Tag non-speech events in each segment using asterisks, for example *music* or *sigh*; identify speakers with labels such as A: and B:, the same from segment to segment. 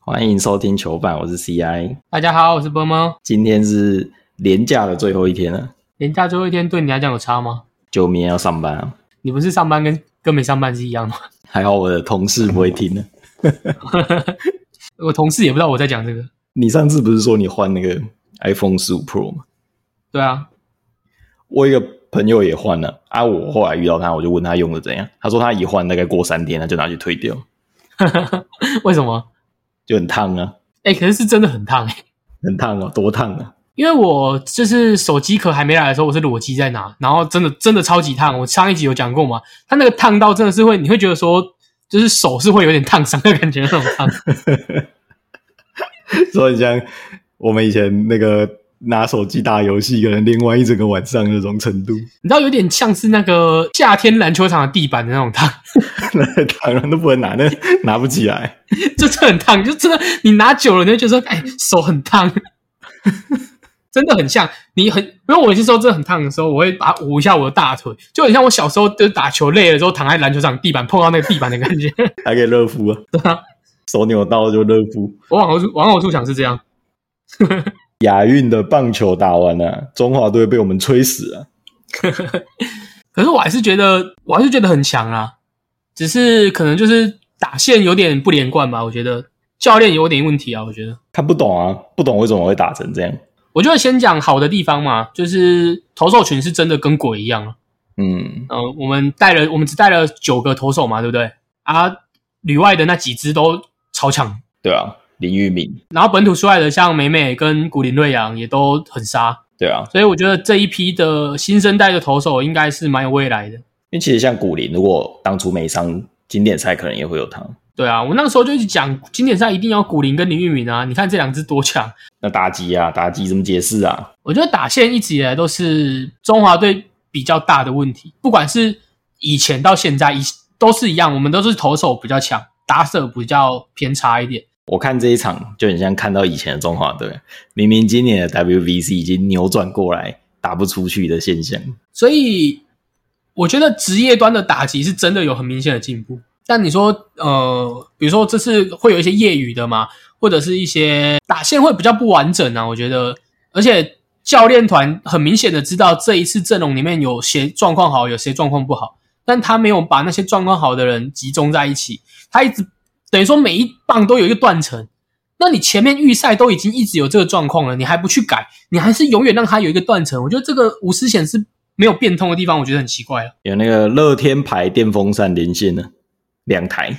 A: 欢迎收听球板，我是 CI。
B: 大家好，我是波猫。
A: 今天是年假的最后一天了，
B: 年假最后一天对你来讲有差吗？
A: 就明天要上班啊。
B: 你不是上班跟跟没上班是一样吗？ *laughs*
A: 还好我的同事不会听啊呢。
B: 我同事也不知道我在讲这个。
A: 你上次不是说你换那个 iPhone 十五 Pro 吗？
B: 对啊， *laughs*
A: 我一个朋友也换了啊。我后来遇到他，我就问他用的怎样，他说他一换大概过三天他就拿去退掉，
B: 为什么？
A: 就很烫啊，
B: 哎、可是是真的很烫哎、
A: 很烫啊，多烫啊！ *laughs*
B: 因为我就是手机壳还没来的时候，我是裸机在拿，然后真的真的超级烫。我上一集有讲过嘛，它那个烫到真的是会，你会觉得说，就是手是会有点烫伤的感觉那种烫。
A: 所以像我们以前那个拿手机打游戏，可能连玩一整个晚上那种程度， *laughs*
B: 你知道有点像是那个夏天篮球场的地板的那种烫，
A: 那当然都不能拿，那拿不起来。
B: *laughs* 就真的很烫，就真的你拿久了，你会觉得说，哎，手很烫， *laughs* 真的很像你很，因为我有些时候真的很烫的时候，我会把它捂一下我的大腿，就很像我小时候就是打球累了之后躺在篮球场地板碰到那个地板的感觉。 *laughs*
A: 还可以热敷啊，
B: 对啊，
A: 手扭到就热敷。
B: 我往后处往后处想是这样，
A: 亚运的棒球打完了、中华队被我们吹死了、
B: 可是我还是觉得我还是觉得很强啊，只是可能就是打线有点不连贯吧，我觉得教练有点问题啊，我觉得。
A: 他不懂啊，不懂为什么会打成这样。
B: 我觉得先讲好的地方嘛，就是投手群是真的跟鬼一样啊。
A: 嗯，
B: 呃，我们带了，我们只带了九个投手嘛，对不对？啊，旅外的那几支都超强，
A: 对啊，林玉敏，
B: 然后本土出来的像美美跟古林瑞阳也都很杀，
A: 对啊，
B: 所以我觉得这一批的新生代的投手应该是蛮有未来的。
A: 因为其实像古林，如果当初没伤经典赛，可能也会有他。
B: 对啊，我那个时候就一直讲经典赛一定要古林跟林玉敏啊，你看这两支多强！
A: 那打击啊，打击怎么解释啊？
B: 我觉得打线一直以来都是中华队比较大的问题，不管是以前到现在，以都是一样，我们都是投手比较强，打者比较偏差一点。
A: 我看这一场就很像看到以前的中华队，明明今年的 WBC 已经扭转过来，打不出去的现象。
B: 所以我觉得职业端的打击是真的有很明显的进步。但你说，呃，比如说这次会有一些业余的嘛，或者是一些打线会比较不完整啊，我觉得，而且教练团很明显的知道这一次阵容里面有谁状况好，有谁状况不好，但他没有把那些状况好的人集中在一起，他一直等于说每一棒都有一个断层。那你前面预赛都已经一直有这个状况了，你还不去改，你还是永远让他有一个断层，我觉得这个无思显是没有变通的地方，我觉得很奇怪啊了。
A: 有那个乐天牌电风扇连线呢，两台，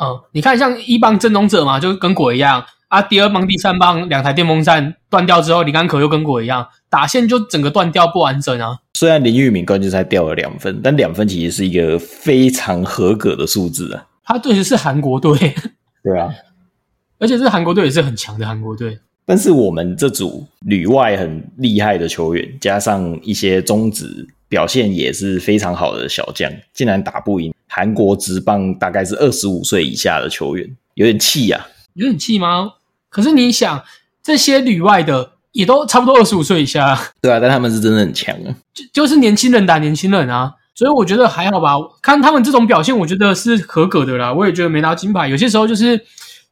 B: 嗯，你看像一棒正宗者嘛，就跟鬼一样啊，第二棒、第三棒两台电风扇断掉之后，李甘可又跟鬼一样，打线就整个断掉不完整啊。
A: 虽然林玉敏关键才掉了两分，但两分其实是一个非常合格的数字啊。
B: 他对的是韩国队，
A: 对啊，
B: 而且这韩国队也是很强的韩国队。
A: 但是我们这组旅外很厉害的球员，加上一些中职表现也是非常好的小将，竟然打不赢韩国职棒大概是二十五岁以下的球员，有点气啊。
B: 有点气吗？可是你想，这些旅外的也都差不多二十五岁以下啊，
A: 对啊，但他们是真的很强啊。
B: 就就是年轻人打年轻人啊，所以我觉得还好吧。看他们这种表现，我觉得是合格的啦。我也觉得没拿金牌，有些时候就是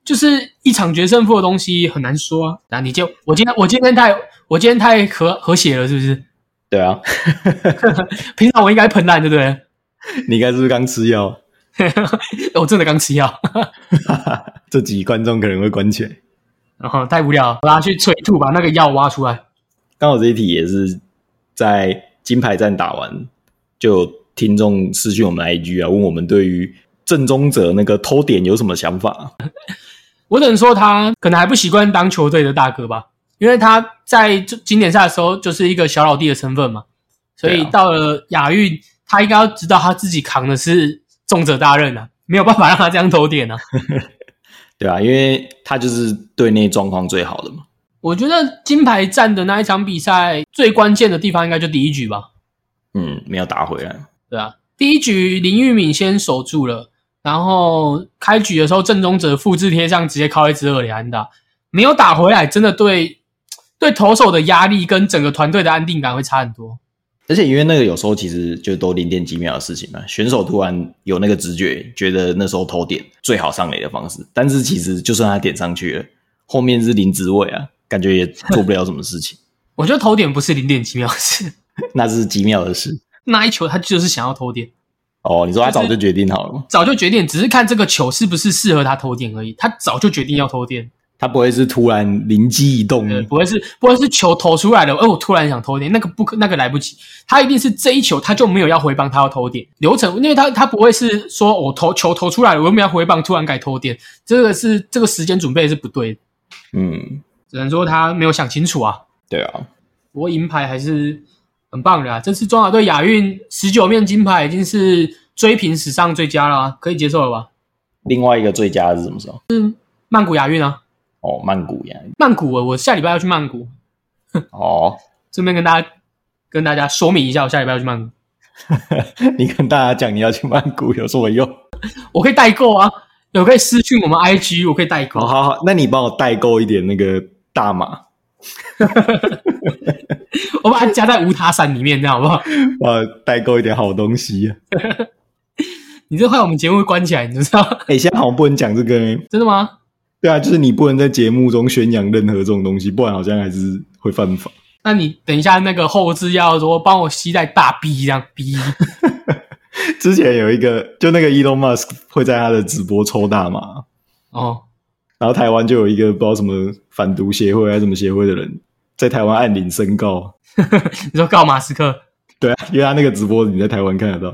B: 就是一场决胜负的东西很难说啊。那你就我今天我今天太我今天太和和谐了，是不是？ *laughs*
A: 对啊， *laughs*
B: 平常我应该喷烂，对不对？ *laughs*
A: 你该是不是刚吃药？
B: 哦我真的刚吃药，
A: 这集观众可能会关起来。
B: 然后哦太无聊了，我要去催吐，把那个药挖出来。
A: 刚好这一题也是在金牌战打完，就有听众私讯我们 IG 啊，问我们对于郑宗哲那个偷点有什么想法？
B: 我只能说他可能还不习惯当球队的大哥吧，因为他在就经典赛的时候就是一个小老弟的身份嘛，所以
A: 对啊
B: 到了亚运，他应该要知道他自己扛的是重责大任啊，没有办法让他这样投点啊。
A: 对啊，因为他就是队内状况最好的嘛。
B: 我觉得金牌战的那一场比赛最关键的地方应该就第一局吧，
A: 嗯，没有打回来。
B: 对啊，第一局林玉敏先守住了，然后开局的时候郑宗哲复制贴上直接敲一支二连安打，没有打回来，真的对对投手的压力跟整个团队的安定感会差很多。
A: 而且因为那个有时候其实就都零点几秒的事情嘛，选手突然有那个直觉，觉得那时候投点最好上垒的方式，但是其实就算他点上去了，后面是零职位啊，感觉也做不了什么事情， *laughs*
B: 我觉得投点不是零点几秒，是
A: 那是几秒的事。
B: *laughs* 那一球他就是想要投点，
A: 哦，你说他早就决定好了吗？
B: 早就决定，只是看这个球是不是适合他投点而已。他早就决定要投点，
A: 他不会是突然灵机一动，
B: 对，呃不会是不会是球投出来了，哎，我突然想投点，那个不可，那个来不及，他一定是这一球他就没有要回棒，他要投点流程，因为他他不会是说我投球投出来了，我又没有要回棒，突然改投点，这个是这个时间准备是不对的，
A: 嗯，
B: 只能说他没有想清楚啊。
A: 对啊，
B: 不过银牌还是很棒的啊，这次中华队亚运十九面金牌已经是追平史上最佳了、啊，可以接受了吧？
A: 另外一个最佳是什么时候？
B: 曼谷亚运啊，
A: 哦，曼谷呀，
B: 曼谷啊，我下礼拜要去曼谷，
A: 哦， *laughs*
B: 顺便跟大家跟大家说明一下，我下礼拜要去曼谷，
A: 你跟大家讲你要去曼谷有什么用？
B: 我可以代购啊，有可以私讯我们 IG，我可以代
A: *laughs*
B: 购。
A: 好好好，那你帮我代购一点那个大麻，
B: 我把它加在无塔伞里面，这样好不好？
A: 帮我代购一点好东西。啊
B: 你这坏我们节目会关起来，你知道吗？ *laughs*
A: 哎、现在好像不能讲这个、欸，
B: 真的吗？
A: 对啊，就是你不能在节目中宣扬任何这种东西，不然好像还是会犯法。
B: 那你等一下那个后置要说帮我吸在大 B 这样 B， *laughs*
A: 之前有一个，就那个 Elon Musk 会在他的直播抽大麻，
B: 哦，
A: 然后台湾就有一个不知道什么反毒协会还是什么协会的人，在台湾按铃申告。
B: 你说告马斯克，
A: 对啊，因为他那个直播你在台湾看得到。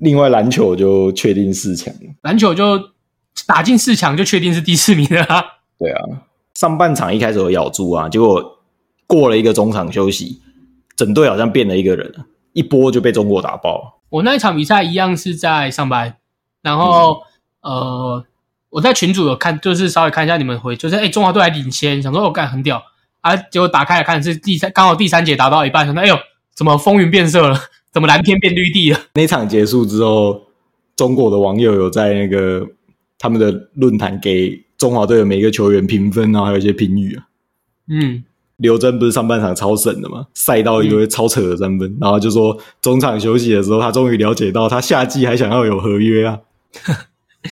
A: 另外，篮球就确定四强了。
B: 篮球就打进四强就确定是第四名了、啊。
A: 对啊，上半场一开始有咬住啊，结果过了一个中场休息，整队好像变了一个人啊，一波就被中国打爆了。
B: 我那一场比赛一样是在上班，然后、呃，我在群组有看，就是稍微看一下你们回，就是哎、诶中华队还领先，想说我哦干很屌啊，结果打开来看是第三，刚好第三节打到一半，想到哎呦怎么风云变色了， *laughs* 怎么蓝天变绿地了？
A: 那场结束之后，中国的网友有在那个他们的论坛给中华队的每一个球员评分，然后还有一些评语啊。
B: 嗯，
A: 刘真不是上半场超神的嘛，赛到一堆超扯的三分，然后就说中场休息的时候，他终于了解到他下季还想要有合约啊。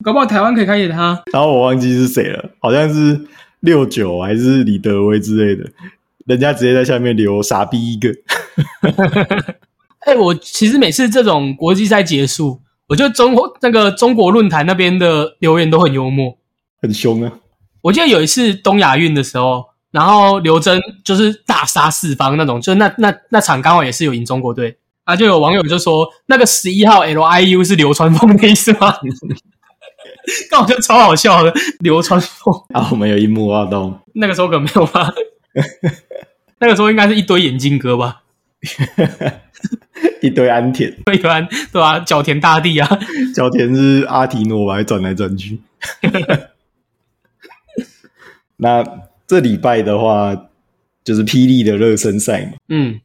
B: 搞不好台湾可以开解他。
A: 然后我忘记是谁了，好像是六九还是李德威之类的，人家直接在下面留傻逼一个。
B: 哎、我其实每次这种国际赛结束，我觉得中国那个中国论坛那边的留言都很幽默。
A: 很凶啊！
B: 我记得有一次东亚运的时候，然后刘真就是大杀四方那种，就那那那场刚好也是有赢中国队啊，就有网友就说那个十一号 LIU 是流川枫的意思吗？ *laughs* 那我觉得超好笑的，流川枫
A: 啊，我们有一幕啊，到
B: 那个时候可没有吧？ *laughs* 那个时候应该是一堆眼镜哥吧，
A: 一堆安田，
B: 对吧？对吧、角田大地啊，
A: 角田是阿提诺吧，还转来转去。 *laughs* 那这礼拜的话，就是霹雳的热身赛嘛，
B: 嗯，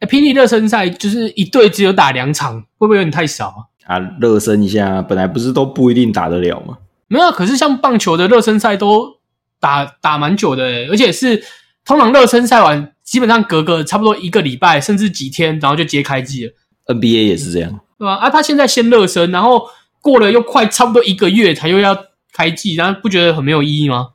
B: 哎霹雳热身赛就是一队只有打两场，会不会有点太少啊？
A: 啊，热身一下，本来不是都不一定打得了吗？
B: 没有，啊可是像棒球的热身赛都打打蛮久的欸，而且是通常热身赛完，基本上隔个差不多一个礼拜，甚至几天，然后就接开季了，
A: NBA 也是这样，
B: 对吧？啊，他现在先热身，然后过了又快差不多一个月才又要开季，然后不觉得很没有意义吗？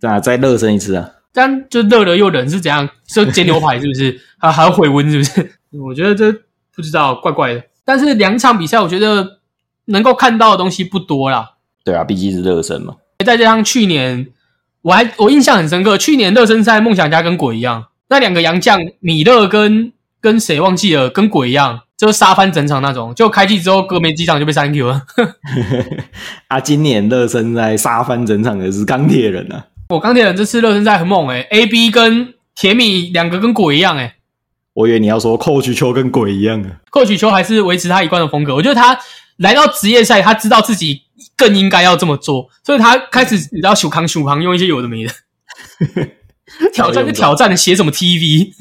A: 那再热身一次啊！
B: 但就热了又冷是怎样？就煎牛排是不 *laughs* 是？还还要回温是不是？我觉得这不知道怪怪的。但是两场比赛，我觉得能够看到的东西不多啦。
A: 对啊，毕竟是热身嘛。
B: 再加上去年，我还我印象很深刻，去年热身赛梦想家跟鬼一样，那两个洋将米勒跟跟谁忘记了，跟鬼一样，就是杀翻整场那种。就开季之后，隔没几场就被三 Q 了。 *laughs*
A: 啊，今年热身赛杀翻整场的是钢铁人啊！
B: 我钢铁人这次热身赛很猛诶、a B 跟铁米两个跟鬼一样诶、欸
A: 我以为你要说扣取球跟鬼一样啊，
B: 寇取球还是维持他一贯的风格。我觉得他来到职业赛，他知道自己更应该要这么做，所以他开始比较修康修康，用一些有的没的挑战就挑战，写什么 TV？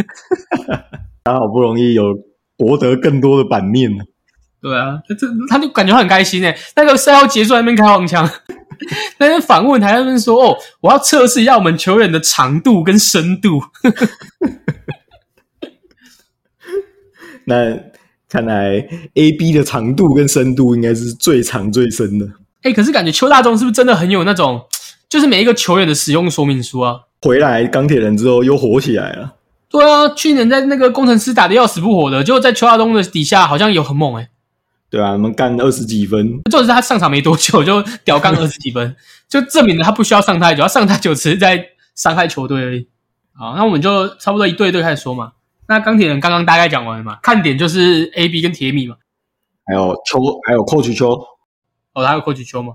A: 他好不容易有博得更多的版面呢、
B: 对啊，他这他就感觉很开心诶、欸那个赛后结束在那边开黄腔， *laughs* 那边访问台那边说：“哦，我要测试一下我们球员的长度跟深度。”
C: 那看来 A B 的长度跟深度应该是最长最深的。
B: 哎、可是感觉邱大中是不是真的很有那种，就是每一个球员的使用说明书啊？
C: 回来钢铁人之后又火起来了，
B: 对啊，去年在那个工程师打的要死不活的，结果在邱大中的底下好像有很猛哎、
C: 对啊，我们干二十几分，
B: 就是他上场没多久就屌杠二十几分， *laughs* 就证明了他不需要上太久，他上太久只是在伤害球队而已。好，那我们就差不多一队一队开始说嘛。那钢铁人刚刚大概讲完了嘛，看点就是 A B 跟铁米嘛，
C: 还有秋，还有 Coach 秋，
B: 哦，还有 Coach 秋嘛。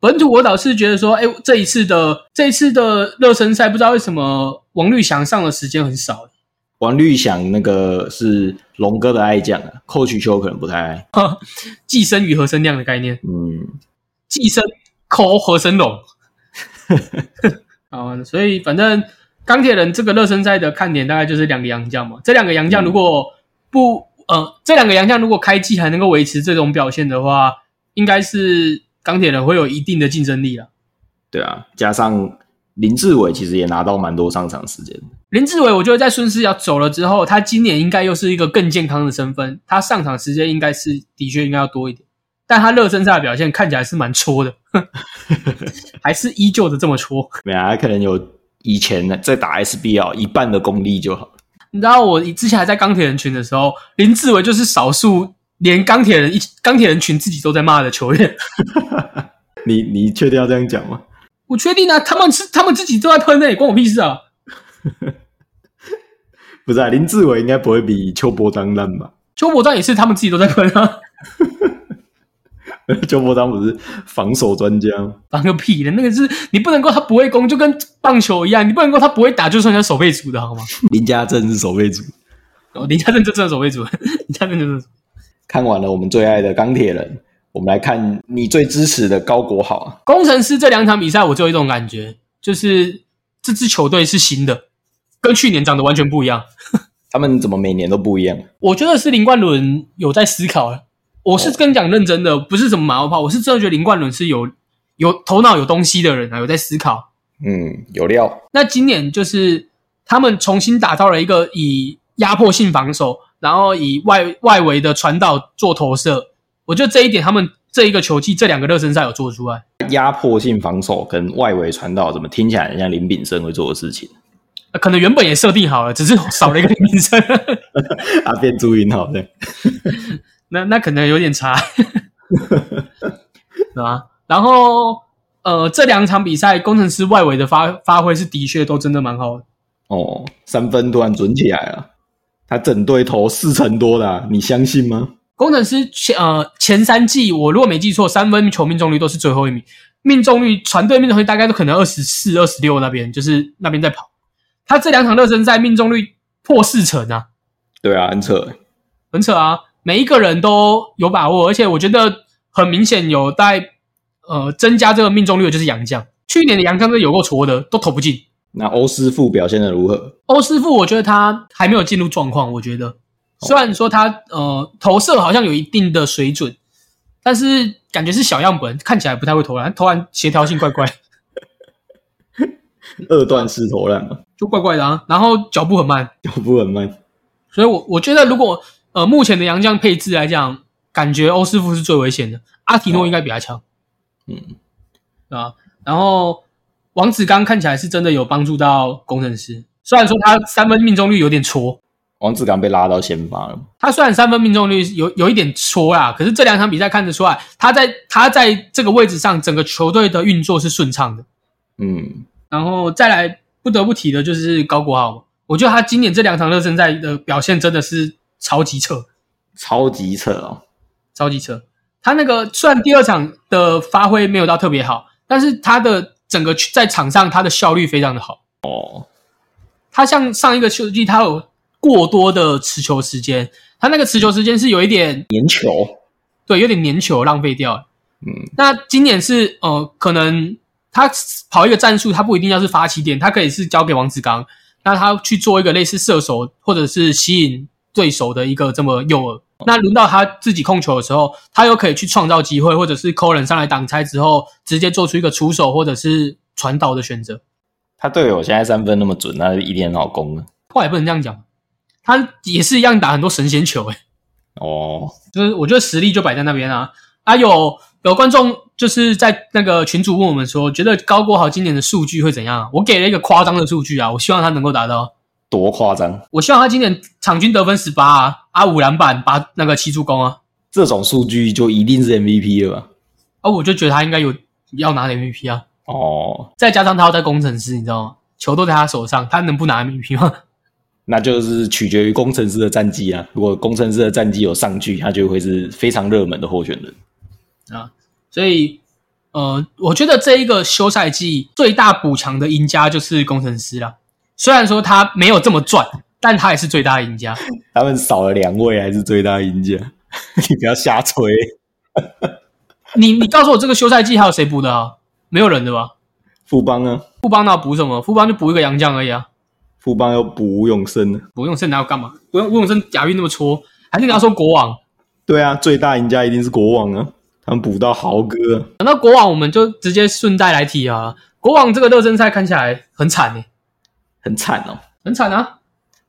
B: 本土我倒是觉得说，哎，这一次的这一次的热身赛，不知道为什么王绿翔上的时间很少，
A: 王绿翔那个是龙哥的爱将啊，寇曲秋可能不太爱。
B: 寄生与合生量的概念，
A: 嗯，
B: 寄生抠合生 *laughs* 龙。啊，所以反正钢铁人这个热身赛的看点大概就是两个洋将嘛。这两个洋将如果不、呃，这两个洋将如果开季还能够维持这种表现的话，应该是钢铁人会有一定的竞争力了。
A: 对啊，加上林志伟其实也拿到蛮多上场时间的。
B: 林志伟，我觉得在孙思尧走了之后，他今年应该又是一个更健康的身份，他上场时间应该是的确应该要多一点，但他热身赛的表现看起来是蛮戳的， *laughs* 还是依旧的这么戳。
A: 没啊，他可能有以前在打 SBL 一半的功力就好了。
B: 你知道我之前还在钢铁人群的时候，林志伟就是少数连钢铁人一钢铁人群自己都在骂的球员。 *laughs*
C: 你你确定要这样讲吗？
B: 我确定啊，他们是他们自己都在喷那、关我屁事啊！
C: 不是啊，林志伟应该不会比邱伯章烂
A: *laughs*
C: 吧？
B: 邱伯章也是他们自己都在喷啊，
C: 邱伯章不是防守专家吗，
B: 防个屁的！那个是你不能够他不会攻，就跟棒球一样，你不能够他不会打，就算他手背组的好吗？
C: 林家正是守备组。
B: 哦，林家正就真的手背组，林家正就真的手
A: 看完了我们最爱的钢铁人，我们来看你最支持的高国豪啊。
B: 工程师这两场比赛，我只有一种感觉，就是这支球队是新的，跟去年长得完全不一样。
A: 他们怎么每年都不一样？
B: 我觉得是林冠伦有在思考了。我是跟你讲认真的，不是什么马后炮，我是真的觉得林冠伦是有有头脑有东西的人啊，有在思考。
A: 嗯，有料。
B: 那今年就是他们重新打造了一个以压迫性防守，然后以外外围的传导做投射。我觉得这一点他们这一个球季这两个热身赛有做出来。
A: 压迫性防守跟外围传导，怎么听起来很像林炳生会做的事情？ *laughs*
B: 呃可能原本也设定好了，只是少了一个林明生，
A: 啊
C: 阿变朱云好的，
B: 那那可能有点差，对吧？然后呃，这两场比赛，工程师外围的发发挥是的确都真的蛮好的。
A: 哦，三分突然准起来啊了。
C: 他整队投四成多的啊、你相信吗？
B: 工程师前呃前三季，我如果没记错，三分球命中率都是最后一名，命中率船队命中率大概都可能二十四、二十六那边，就是那边在跑。他这两场热身赛命中率破四成啊，
A: 对啊，很扯欸。
B: 很扯啊，每一个人都有把握，而且我觉得很明显有在呃增加这个命中率的就是杨将。去年的杨将真的有够挫的，都投不进。
A: 那欧师傅表现的如何？
B: 欧哦师傅，我觉得他还没有进入状况。我觉得虽然说他呃投射好像有一定的水准，但是感觉是小样本，看起来不太会投篮，投篮协调性怪 *laughs* 怪，
C: 二段式投篮嘛，
B: 就怪怪的啊。然后脚步很慢，
C: 脚步很慢。
B: 所以我我觉得如果呃目前的杨将配置来讲，感觉欧师傅是最危险的，阿提诺应该比他强，
A: 嗯，
B: 对吧？然后王子刚看起来是真的有帮助到工程师，虽然说他三分命中率有点挫，
A: 王志刚被拉到先发了。
B: 他虽然三分命中率有有一点戳啦，可是这两场比赛看得出来，他在他在这个位置上，整个球队的运作是顺畅的。
A: 嗯，
B: 然后再来不得不提的就是高国豪，我觉得他今年这两场热身赛的表现真的是超级扯，
A: 超级扯哦。
B: 超级扯。他那个虽然第二场的发挥没有到特别好，但是他的整个在场上他的效率非常的好。
A: 哦，
B: 他像上一个球季，他有过多的持球时间，他那个持球时间是有一点
A: 粘球。
B: 对，有点粘球浪费掉了。
A: 嗯，
B: 那今年是呃，可能他跑一个战术，他不一定要是发起点，他可以是交给王子刚，那他去做一个类似射手或者是吸引对手的一个这么诱饵。那轮到他自己控球的时候，他又可以去创造机会，或者是扣人上来挡拆之后，直接做出一个出手或者是传导的选择。
A: 他队友现在三分那么准，那一定很好攻了。
B: 话也不能这样讲，他也是一样打很多神仙球、欸，
A: 哦，
B: 就是我觉得实力就摆在那边啊。啊有，有观众就是在那个群主问我们说，觉得高国豪今年的数据会怎样？啊我给了一个夸张的数据啊，我希望他能够达到，
A: 多夸张！
B: 我希望他今年场均得分十八啊，啊五篮板八那个七助攻啊，
A: 这种数据就一定是 MVP 了吧？
B: 啊我就觉得他应该有要拿 MVP 啊，
A: 哦，
B: 再加上他要在工程师，你知道吗？球都在他手上，他能不拿 MVP 吗？ *laughs*
A: 那就是取决于工程师的战绩啊。如果工程师的战绩有上去，他就会是非常热门的候选人。
B: 所以，呃，我觉得这一个休赛季最大补强的赢家就是工程师啦。虽然说他没有这么赚，但他也是最大的赢家。
A: 他们少了两位还是最大赢家， *laughs* 你不要瞎吹。
B: 你你告诉我这个休赛季还有谁补的啊？没有人的吧？
A: 富邦啊，
B: 富邦那补什么？富邦就补一个洋将而已啊，
A: 富邦要补吴永生啊。
B: 补永胜哪有干嘛？吴永吴永胜亚运那么戳，还是你要说国王？
A: 对啊，最大赢家一定是国王啊，他们补到豪哥啊、
B: 讲到国王，我们就直接顺带来提啊。国王这个热身赛看起来很惨诶、
A: 很惨哦。
B: 很惨啊！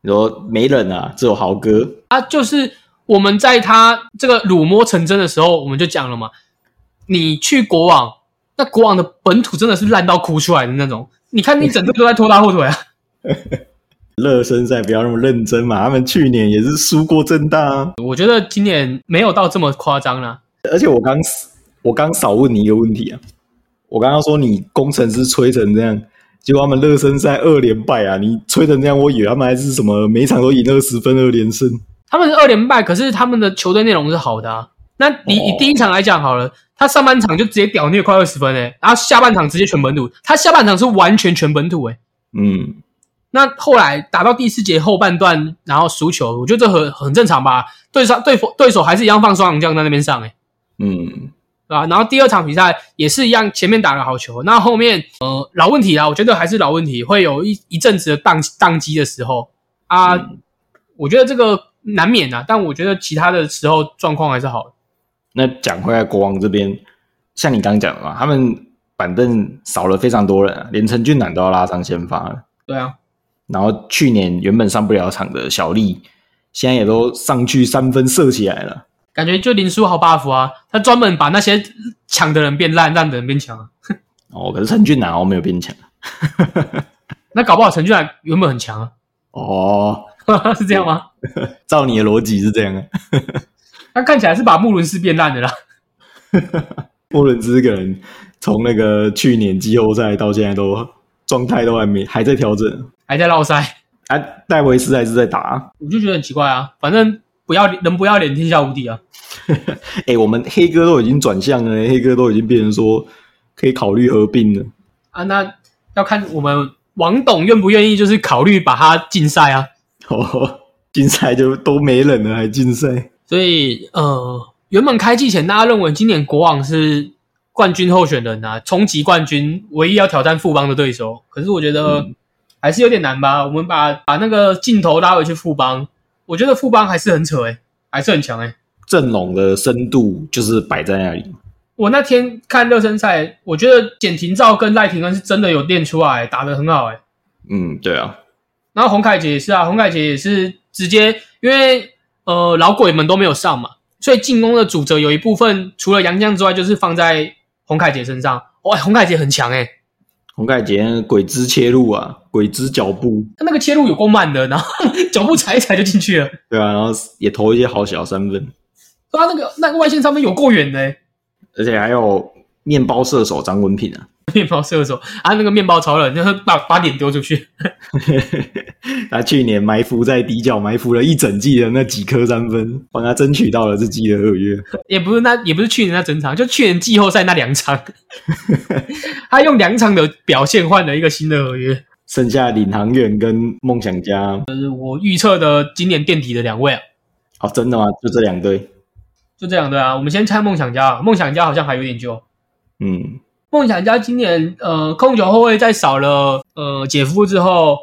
A: 你说没人啊，只有豪哥。
B: 啊，就是我们在他这个辱没成真的时候，我们就讲了嘛，你去国网，那国网的本土真的是烂到哭出来的那种。你看，你整个都在拖他后腿啊！
C: 热身赛不要那么认真嘛，他们去年也是输过正大啊。
B: 我觉得今年没有到这么夸张啦。
C: 而且我刚我刚少问你一个问题啊，我刚刚说你工程师吹成这样，结果他们热身赛二连败啊，你吹成这样，我以为他们还是什么每一场都赢二十分二连胜。
B: 他们是二连败，可是他们的球队内容是好的啊。那你以
A: 哦
B: 第一场来讲好了，他上半场就直接屌虐快二十分诶、欸然后下半场直接全本土，他下半场是完全全本土诶、欸
A: 嗯，
B: 那后来打到第四节后半段，然后输球，我觉得这很很正常吧。对上对对手还是一样放双洋将在那边上、欸，诶，
A: 嗯，
B: 对吧？然后第二场比赛也是一样，前面打了好球，那后面呃老问题啦，我觉得还是老问题，会有一一阵子的宕宕机的时候啊，
A: 嗯
B: 我觉得这个难免啊，但我觉得其他的时候状况还是好的。
A: 那讲回来，国王这边，像你刚刚讲的嘛，他们板凳少了非常多人、啊，连陈俊南都要拉上先发了。
B: 对啊，
A: 然后去年原本上不了场的小丽，现在也都上去三分射起来了。
B: 感觉就林书豪 buff 啊，他专门把那些强的人变烂，烂的人变强啊。
A: 哦，可是陈俊南哦没有变强。
B: 那搞不好陈俊然原本很强
A: 哦，
B: 啊， *laughs* 是这样吗？
C: 照你的逻辑是这样啊，
B: 他看起来是把穆伦斯变烂的啦。
C: *laughs* 莫伦兹个人从那个去年季后赛到现在都状态都还没还在调整
B: 还在绕塞，
C: 啊，戴维斯还是在打啊、
B: 我就觉得很奇怪啊。反正不要人不要脸，天下无敌啊。
C: 哎、我们黑哥都已经转向了，黑哥都已经变成说可以考虑合并了。
B: 啊，那要看我们王董愿不愿意，就是考虑把他禁赛啊。
C: 哦，竞赛就都没人了，还竞赛？
B: 所以呃，原本开季前大家认为今年国王是冠军候选人啊，冲击冠军唯一要挑战富邦的对手。可是我觉得还是有点难吧。我们把把那个镜头拉回去富邦，我觉得富邦还是很扯诶、欸还是很强诶、
A: 阵容的深度就是摆在那里。
B: 我那天看热身赛，我觉得简廷照跟赖廷恩是真的有练出来，打得很好欸诶、
A: 嗯，对啊，
B: 然后洪凯杰也是啊，洪凯杰也是直接，因为呃老鬼们都没有上嘛，所以进攻的主责有一部分除了杨绛之外，就是放在洪凯杰身上。哇、洪凯杰很强诶、欸
A: 洪凯杰鬼子切入啊，鬼子脚步，
B: 他那个切入有够慢的，然后 *laughs* 脚步踩一踩就进去了。
A: 对啊，然后也投一些好小三分，
B: 对啊，那个那个外线上面有够远的、欸，
A: 而且还有面包射手张文品啊，
B: 面包射手啊，那个面包超人，就是把把脸丢出去。
A: *laughs*
C: 他去年埋伏在底角，埋伏了一整季的那几颗三分，帮他争取到了这季的合约。
B: 也不是那也不是去年那整场，就去年季后赛那两场，他用两场的表现换了一个新的合约。
C: 剩下领航员跟梦想家，
B: 我预测的今年垫底的两位啊，
A: 哦，真的吗？就这两队，
B: 就这两队啊。我们先看梦想家啊，梦想家好像还有点救。
A: 嗯，
B: 梦想家今年呃控球后卫在少了呃姐夫之后，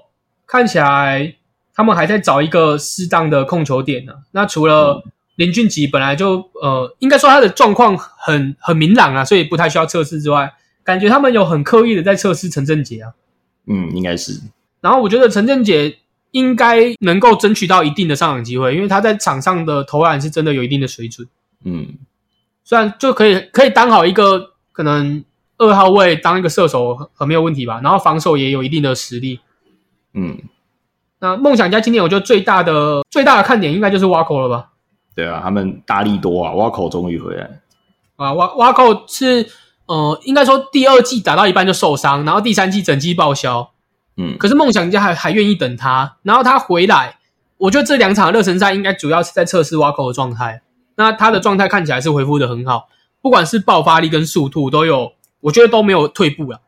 B: 看起来他们还在找一个适当的控球点呢、那除了林俊杰本来就呃应该说他的状况很很明朗啊，所以不太需要测试之外，感觉他们有很刻意的在测试陈振杰啊。
A: 嗯，应该是
B: 然后我觉得陈振杰应该能够争取到一定的上场机会，因为他在场上的投篮是真的有一定的水准。
A: 嗯，
B: 虽然就可以可以当好一个可能二号位当一个射手很很没有问题吧，然后防守也有一定的实力。
A: 嗯，
B: 那梦想家今年我觉得最大的最大的看点应该就是挖口了吧？
A: 对啊，他们大力多啊，挖口终于回来，
B: 啊，挖挖口是呃，应该说第二季打到一半就受伤，然后第三季整季报销。
A: 嗯，
B: 可是梦想家还还愿意等他，然后他回来，我觉得这两场热身赛应该主要是在测试挖口的状态。那他的状态看起来是恢复的很好，不管是爆发力跟速度都有，我觉得都没有退步了。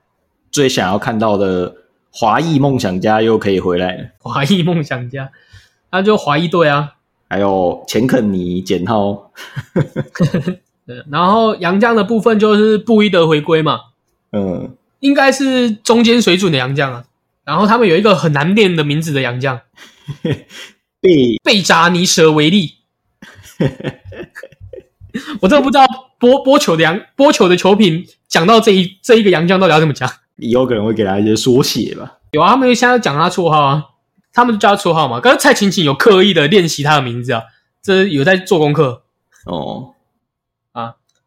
A: 最想要看到的华裔梦想家又可以回来了，
B: 华裔梦想家， *laughs* 那就华裔队啊。
A: 还有钱肯尼、简浩，
B: 对，然后杨将的部分就是布伊德回归嘛，
A: 嗯，
B: 应该是中间水准的杨将啊。然后他们有一个很难念的名字的杨将，
A: 被
B: 贝扎尼舍维利。 *laughs* 我真的不知道播播球的杨播球的球评讲到这一这一个杨将到底要怎么讲。
A: 以后可能会给他一些缩写吧。
B: 有啊，他们现在讲他绰号啊，他们就叫他绰号嘛。刚才蔡琴琴有刻意的练习他的名字啊，这有在做功课。
A: 哦，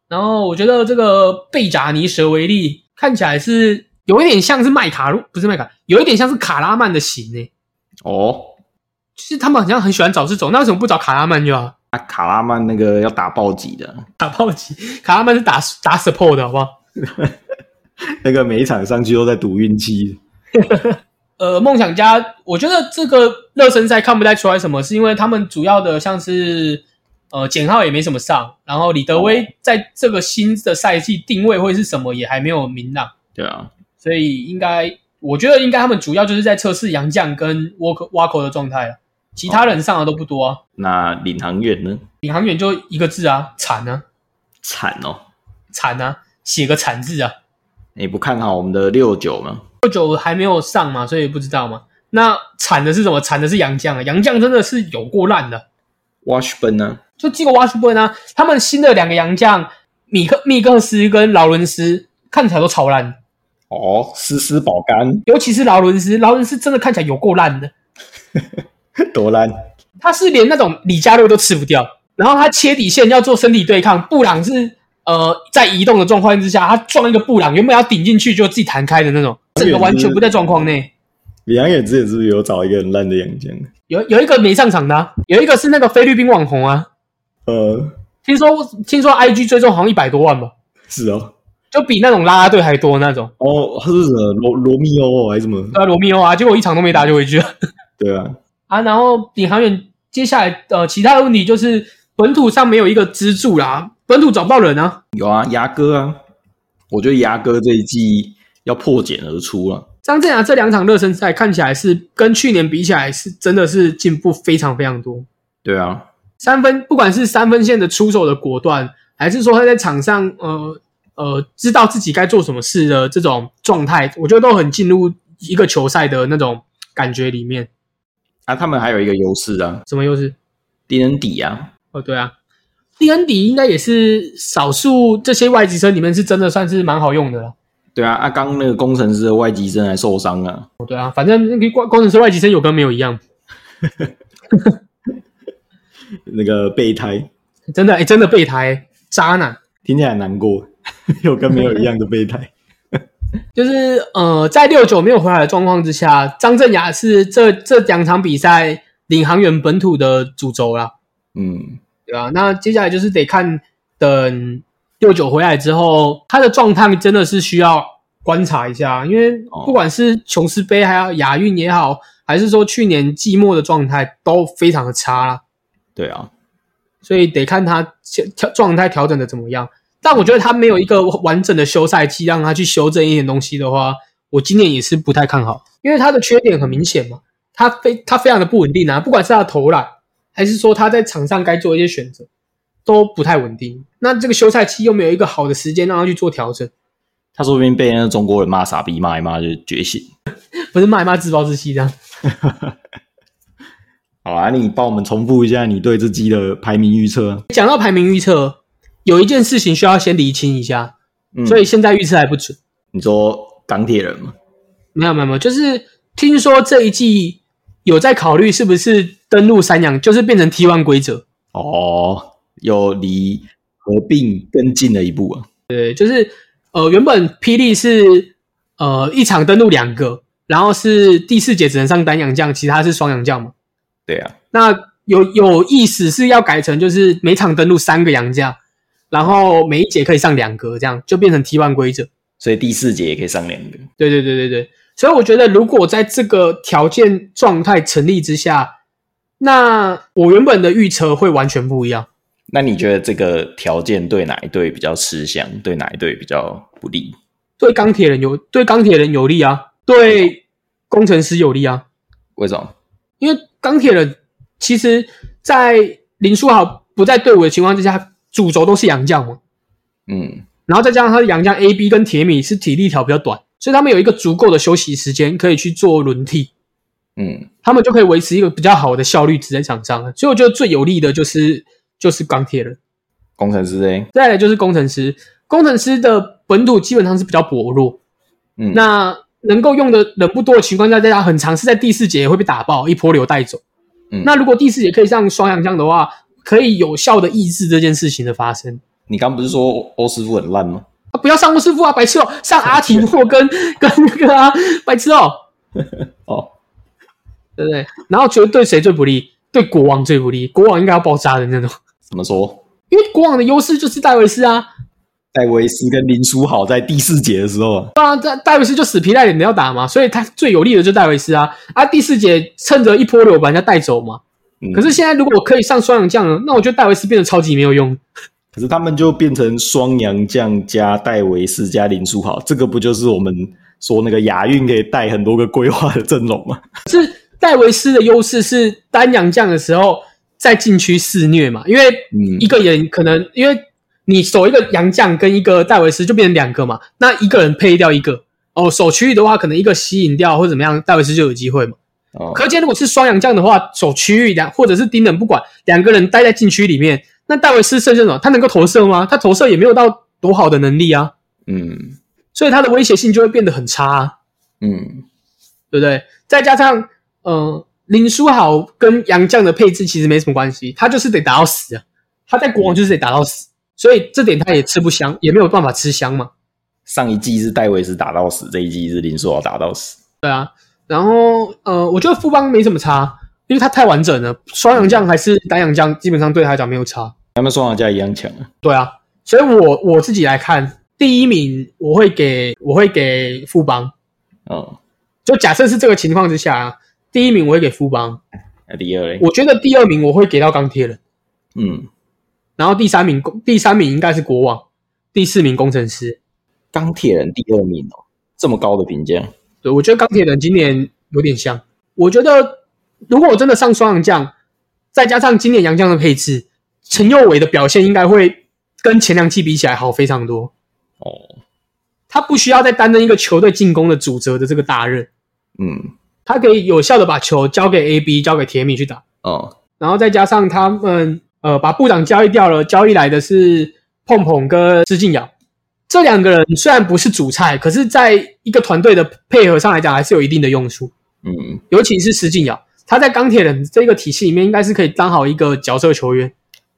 B: 然后我觉得这个贝扎尼舍维利看起来是有一点像是麦卡洛，不是麦卡，有一点像是卡拉曼的型诶、
A: 哦，
B: 就是他们好像很喜欢找这种，那为什么不找卡拉曼就好？
A: 啊，卡拉曼那个要打暴击的，
B: 打暴击，卡拉曼是打打 support 的好不好？
C: 那个每一场上去都在赌运气。
B: 呃，梦想家，我觉得这个热身赛看不太出来什么，是因为他们主要的像是呃简浩也没什么上，然后李德威在这个新的赛季定位会是什么也还没有明朗，
A: 对啊，
B: 所以应该我觉得应该他们主要就是在测试杨绛跟沃克挖口的状态了，啊其他人上的都不多啊。
A: 那领航员呢？
B: 领航员就一个字啊，惨啊，
A: 惨哦，
B: 惨啊，写个惨字啊。
A: 你不看好我们的六九吗？
B: 六九还没有上嘛，所以不知道嘛。那惨的是什么？惨的是杨绛啊，杨绛真的是有过烂的。
A: Washburn 呢？
B: 就这个 Washburn 啊，他们新的两个洋将米克密克斯跟劳伦斯看起来都超烂，
A: 哦，斯斯保甘
B: 尤其是劳伦斯，劳伦斯真的看起来有够烂的，
C: 多烂，
B: 他是连那种李佳洛都吃不掉，然后他切底线要做身体对抗，布朗是呃在移动的状况之下，他撞一个布朗，原本要顶进去就自己弹开的那种，整个完全不在状况内。
C: 李阳远之前是不是有找一个很烂的杨将？
B: 有有一个没上场的啊、有一个是那个菲律宾网红啊，
C: 呃，
B: 听说听说 IG 追踪好像一百多万吧，
C: 是哦，
B: 就比那种啦啦队还多那种。
C: 哦，他是什么罗罗密欧哦还是什么？
B: 对啊，罗密欧啊，结果一场都没打就回去了 *laughs*
C: 对啊，
B: 啊。然后领航员接下来呃，其他的问题就是本土上没有一个支柱啦，本土找不到人啊。
A: 有啊，牙哥啊，我觉得牙哥这一季要破茧而出啊了、
B: 张镇雅这两场热身赛看起来是跟去年比起来是真的是进步非常非常多。
A: 对啊，
B: 三分不管是三分线的出手的果断，还是说他在场上呃呃知道自己该做什么事的这种状态，我觉得都很进入一个球赛的那种感觉里面。
A: 啊，他们还有一个优势啊，
B: 什么优势？
A: 敌人底啊，
B: 哦，对啊，利恩迪应该也是少数这些外籍生里面是真的算是蛮好用的了。
A: 对啊，啊，刚刚那个工程师的外籍生还受伤啊，
B: 哦，对啊，反正那个工工程师外籍生有跟没有一样，
C: 那个备胎
B: 真的哎，真的备胎渣男，
C: 听起来很难
A: *laughs*
C: 过，有跟没有一样的备胎。
B: 就是呃，在六九没有回来的状况之下，张镇雅是这这两场比赛领航员本土的主轴啦，
A: 嗯，
B: 对吧、那接下来就是得看等六九回来之后，他的状态真的是需要观察一下，因为
A: 哦
B: 不管是琼斯杯还有亚运也好，还是说去年季末的状态都非常的差啦，
A: 对啊，
B: 所以得看他调调状态调整的怎么样。但我觉得他没有一个完整的休赛期让他去修正一点东西的话，我今年也是不太看好，因为他的缺点很明显嘛，他非他非常的不稳定啊，不管是他的投篮，还是说他在场上该做一些选择，都不太稳定。那这个休赛期又没有一个好的时间让他去做调整，
A: 他说不定被那个中国人骂傻逼骂一骂就觉醒。
B: 不是骂一骂自暴自弃这样。
C: 好啊，你帮我们重复一下你对这季的排名预测啊。
B: 讲到排名预测，有一件事情需要先厘清一下，
A: 嗯，
B: 所以现在预测还不准。
A: 你说钢铁人嘛，
B: 没有没有没有，就是听说这一季有在考虑是不是登陆三洋，就是变成 T1 规则。
A: 哦，又离合并更近了一步啊。
B: 对，就是呃，原本霹雳是呃一场登陆两个，然后是第四节只能上单洋将，其他是双洋将嘛。
A: 对啊，
B: 那有有意思是要改成就是每场登陆三个洋将，然后每一节可以上两个，这样就变成 T1 规则。
A: 所以第四节也可以上两个。
B: 对对对对对，所以我觉得如果在这个条件状态成立之下，那我原本的预测会完全不一样。
A: 那你觉得这个条件对哪一队比较吃香，对哪一队比较不利？
B: 对钢铁人有对钢铁人有利啊，对工程师有利啊，
A: 为什么？
B: 因为钢铁人其实，在林书豪不在队伍的情况之下，主轴都是洋将嘛，
A: 嗯，
B: 然后再加上他的洋将 A、B 跟铁米是体力条比较短，所以他们有一个足够的休息时间可以去做轮替。
A: 嗯，
B: 他们就可以维持一个比较好的效率值在场上了。所以我觉得最有利的就是就是钢铁人，
A: 工程师 A，
B: 再来就是工程师。工程师的本土基本上是比较薄弱，
A: 嗯，
B: 那能够用的人不多的情况下，大家很尝试在第四节也会被打爆，一波流带走。
A: 嗯
B: 那如果第四节可以上双阳将的话，可以有效的抑制这件事情的发生。
A: 你刚不是说欧欧师傅很烂吗？
B: 啊、不要上欧师傅啊，白痴哦！上阿提或跟 *laughs* 跟那个啊，白痴哦，
A: 哦，
B: 对不对？然后觉得对谁最不利？对国王最不利，国王应该要爆炸的那种。
A: 怎么说？
B: 因为国网的优势就是戴维斯啊，
C: 戴维斯跟林书豪在第四节的时候啊，
B: 当然戴戴维斯就死皮赖脸的要打嘛，所以他最有利的就是戴维斯啊。啊，第四节趁着一波流把人家带走嘛。
A: 嗯
B: 可是现在如果我可以上双阳将了，那我觉得戴维斯变得超级没有用。
C: 可是他们就变成双洋将加戴维斯加林书豪，这个不就是我们说那个亚运可以带很多个规划的阵容吗？
B: 戴维斯的优势是单阳将的时候在禁区肆虐嘛，因为
A: 嗯
B: 一个人可能因为你守一个洋将跟一个戴维斯就变成两个嘛，那一个人配掉一个哦，守区域的话可能一个吸引掉或怎么样，戴维斯就有机会嘛。
A: 哦，
B: 可见如果是双阳将的话，守区域两或者是盯人不管，两个人待在禁区里面，那戴维斯胜任什么？他能够投射吗？他投射也没有到多好的能力啊，
A: 嗯
B: 所以他的威胁性就会变得很差、啊，
A: 嗯，
B: 对不对？再加上呃，林书豪跟杨将的配置其实没什么关系，他就是得打到死啊，他在国王就是得打到死，所以这点他也吃不香，也没有办法吃香嘛。
A: 上一季是戴维斯打到死，这一季是林书豪打到死。
B: 对啊，然后呃，我觉得富邦没什么差，因为他太完整了，双阳将还是单阳将，基本上对他来讲没有差。
C: 他们双洋将一样强啊。
B: 对啊，所以我我自己来看，第一名我会给我会给富邦，
A: 哦，
B: 就假设是这个情况之下啊，第一名我会给富邦，
A: 那第二嘞？
B: 我觉得第二名我会给到钢铁人，
A: 嗯，
B: 然后第三名第三名应该是国王，第四名工程师。
A: 钢铁人第二名哦，这么高的评价。
B: 对，我觉得钢铁人今年有点像，我觉得如果我真的上双阳将，再加上今年杨将的配置，陈佑伟的表现应该会跟前两季比起来好非常多。
A: 哦，
B: 他不需要再担任一个球队进攻的主责的这个大任，
A: 嗯，
B: 他可以有效的把球交给 AB，交给铁米去打，
A: 哦，
B: 然后再加上他们呃把部长交易掉了，交易来的是碰碰跟施敬尧这两个人虽然不是主菜，可是在一个团队的配合上来讲还是有一定的用处，
A: 嗯，
B: 尤其是施敬尧，他在钢铁人这个体系里面应该是可以当好一个角色球员。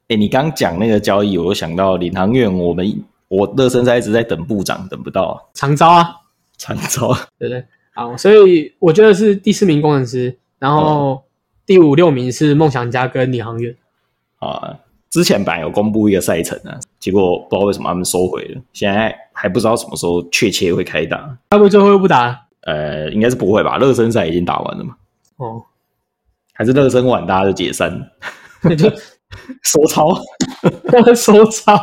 A: 哎，你刚讲那个交易，我又想到领航员，我们我热身赛一直在等部长，等不到、 *laughs* 啊，
B: 长招啊，
A: 惨遭。
B: 对不对？好，所以我觉得是第四名工程师，然后第五六名是梦想家跟领航员。
A: 啊，之前本来有公布一个赛程啊，结果不知道为什么他们收回了，现在还不知道什么时候确切会开打。
B: 他们最后又不打
A: 呃，应该是不会吧？热身赛已经打完了嘛？
B: 哦， *laughs*
A: 还是热身完大家就解散， *laughs*
B: 那就
A: 收操？
B: 收场。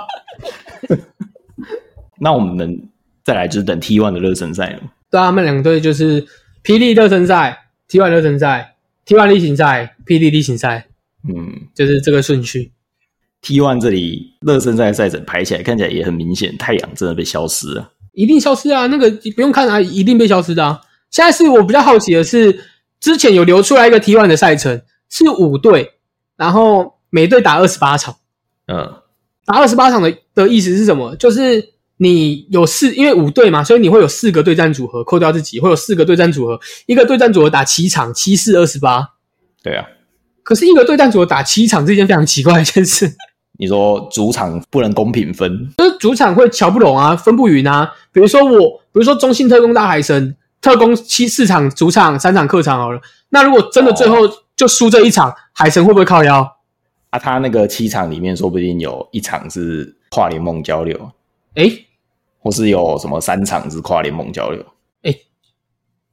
A: *laughs* 那我们再来就是等 T one 的热身赛了。
B: 对啊，他们两队就是霹雳热身赛、T1 热身赛、T1 例行赛、霹雳例行赛，
A: 嗯
B: 就是这个顺序。
A: ，T one 这里热身赛的赛程排起来看起来也很明显，太阳真的被消失了。
B: 一定消失啊！那个不用看啊，一定被消失的啊。现在是我比较好奇的是，之前有流出来一个 T1 的赛程，是五队，然后每队打二十八场。
A: 嗯
B: 打二十八场的的意思是什么？就是你有四，因为五队嘛，所以你会有四个对战组合，扣掉自己会有四个对战组合，一个对战组合打七场，七四二十八。
A: 对啊，
B: 可是，一个对战组合打七场是一件非常奇怪的一件事，
A: 你说主场不能公平分，
B: 就是主场会瞧不拢啊，分不匀啊。比如说我，比如说中信特工大海神，特工七四场主场三场客场好了，那如果真的最后就输这一场，海神会不会靠腰？
A: 啊，他那个七场里面说不定有一场是跨联盟交流，
B: 诶，
A: 或是有什么三场是跨联盟交流。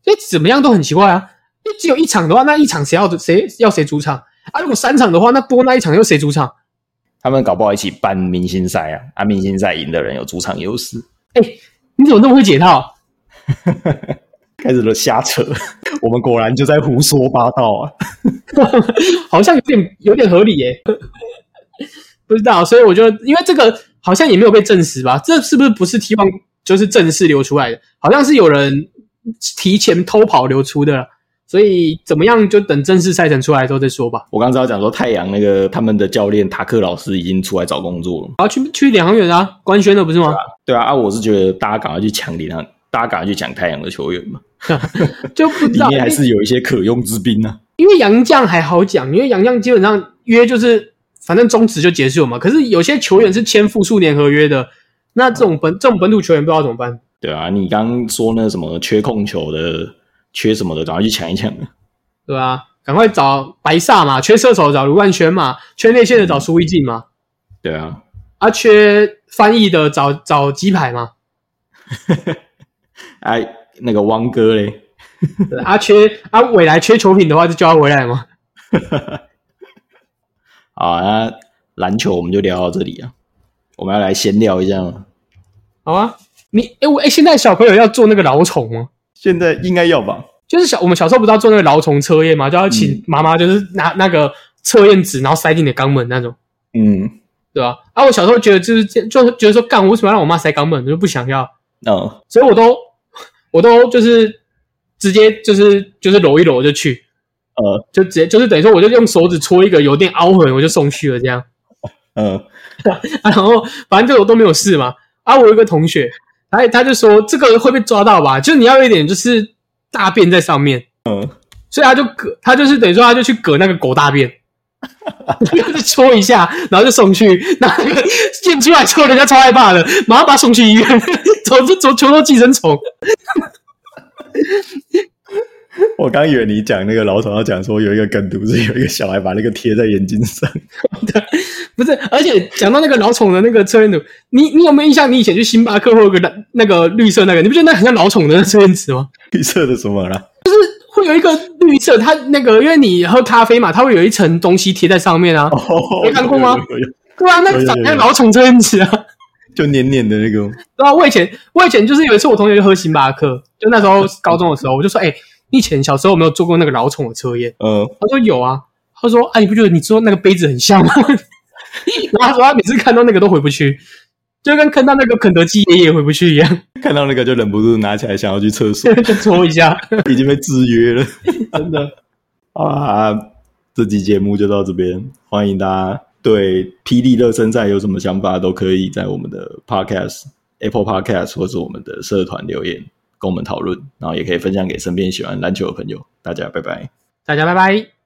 B: 这怎么样都很奇怪啊。因为只有一场的话，那一场谁要谁要谁主场啊？如果三场的话，那多那一场又谁主场？
A: 他们搞不好一起办明星赛啊，啊，明星赛赢的人有主场优势。
B: 你怎么那么会解套？
A: 开始了瞎扯， *laughs*
C: 我们果然就在胡说八道啊！
B: 好像有点有点合理耶、 *laughs* 不知道，所以我就因为这个好像也没有被证实吧？这是不是不是 T 1就是正式流出来的？好像是有人提前偷跑流出的，所以怎么样就等正式赛程出来之后再说吧。
A: 我刚才要讲说太阳那个他们的教练塔克老师已经出来找工作了。
B: 我要去去领航员啊，官宣了不是吗？
A: 对啊，啊，我是觉得大家赶快去抢领航，大家赶快去抢太阳的球员嘛，
B: 就不知
C: 里
B: 道
C: 面还是有一些可用之兵啊。
B: 因为杨将还好讲，因为杨将基本上约就是反正终止就结束了嘛。可是有些球员是签复数年合约的，那这种本这种本土球员不知道怎么办。
A: 对啊，你刚刚说那什么缺控球的、缺什么的，赶快去抢一抢啊。
B: 对吧、赶快找白萨嘛，缺射手找卢冠轩嘛，缺内线的找苏威进嘛，
A: 对啊，
B: 啊，缺翻译的找找鸡排嘛，
A: 哎、那个汪哥嘞，
B: 对啊缺啊未来缺球品的话就叫他回来嘛。
A: 好，啊那篮球我们就聊到这里啊，我们要来闲聊一下嘛。
B: 好啊，你诶我诶现在小朋友要做那个老虫吗？
C: 现在应该要吧？
B: 就是小我们小时候不是要做那个劳虫测验嘛，就要请妈妈就是拿那个测验纸，然后塞进你的肛门那种，
A: 嗯
B: 对吧、啊？我小时候觉得就是这就是觉得说干，我为什么要让我妈塞肛门？我就不想要，
C: 哦
A: 嗯，
B: 所以我都我都就是直接就是就是揉一揉就去，
C: 哦
A: 呃
B: 就直接就是等于说我就用手指戳一个有点凹痕，我就送去了这样。
C: 哦
A: 呃，
B: 啊，然后反正就我都没有事嘛。啊，我有一个同学，他他就说这个会被抓到吧？就是你要有一点就是大便在上面，
A: 嗯，
B: 所以他就割，他就是等于说他就去割那个狗大便，就戳一下，然后就送去，然后那个验出来之后，人家超害怕的，马上把他送去医院， *laughs* 走这走全都寄生虫。
C: 我刚以为你讲那个老总要讲说有一个梗图是有一个小孩把那个贴在眼睛上， *laughs*
B: 不是，而且讲到那个老宠的那个测验图，你你有没有印象？你以前去星巴克会有个蓝那个绿色那个，你不觉得那很像老宠的测验纸吗？
C: 绿色的什么啦？
B: 会有一个绿色，它那个因为你喝咖啡嘛，它会有一层东西贴在上面啊。
C: 哦
B: 没看过吗
C: 有有有有
B: 对啊，那个长得像老虫这样子啊。 *laughs*
C: 就黏黏的那个，
B: 对啊，我以前我以前就是有一次我同学就喝星巴克，就那时候高中的时候，我就说，哎、你以前小时候有没有做过那个老虫的测验？
C: 嗯，
A: 哦
B: 他说有啊。他说，啊，你不觉得你做那个杯子很像吗？ *laughs* 然后他说他每次看到那个都回不去，就跟看到那个肯德基爷爷回不去一样， *laughs*
C: 看到那个就忍不住拿起来想要去厕
A: *laughs*
C: 所，
B: 就戳一下。
C: 已经被制约了，真的。好啦，这期节目就到这边，欢迎大家对霹雳热身赛有什么想法，都可以在我们的 Podcast、Apple Podcast 或是我们的社团留言跟我们讨论，然后也可以分享给身边喜欢篮球的朋友。大家拜拜。
B: 大家拜拜。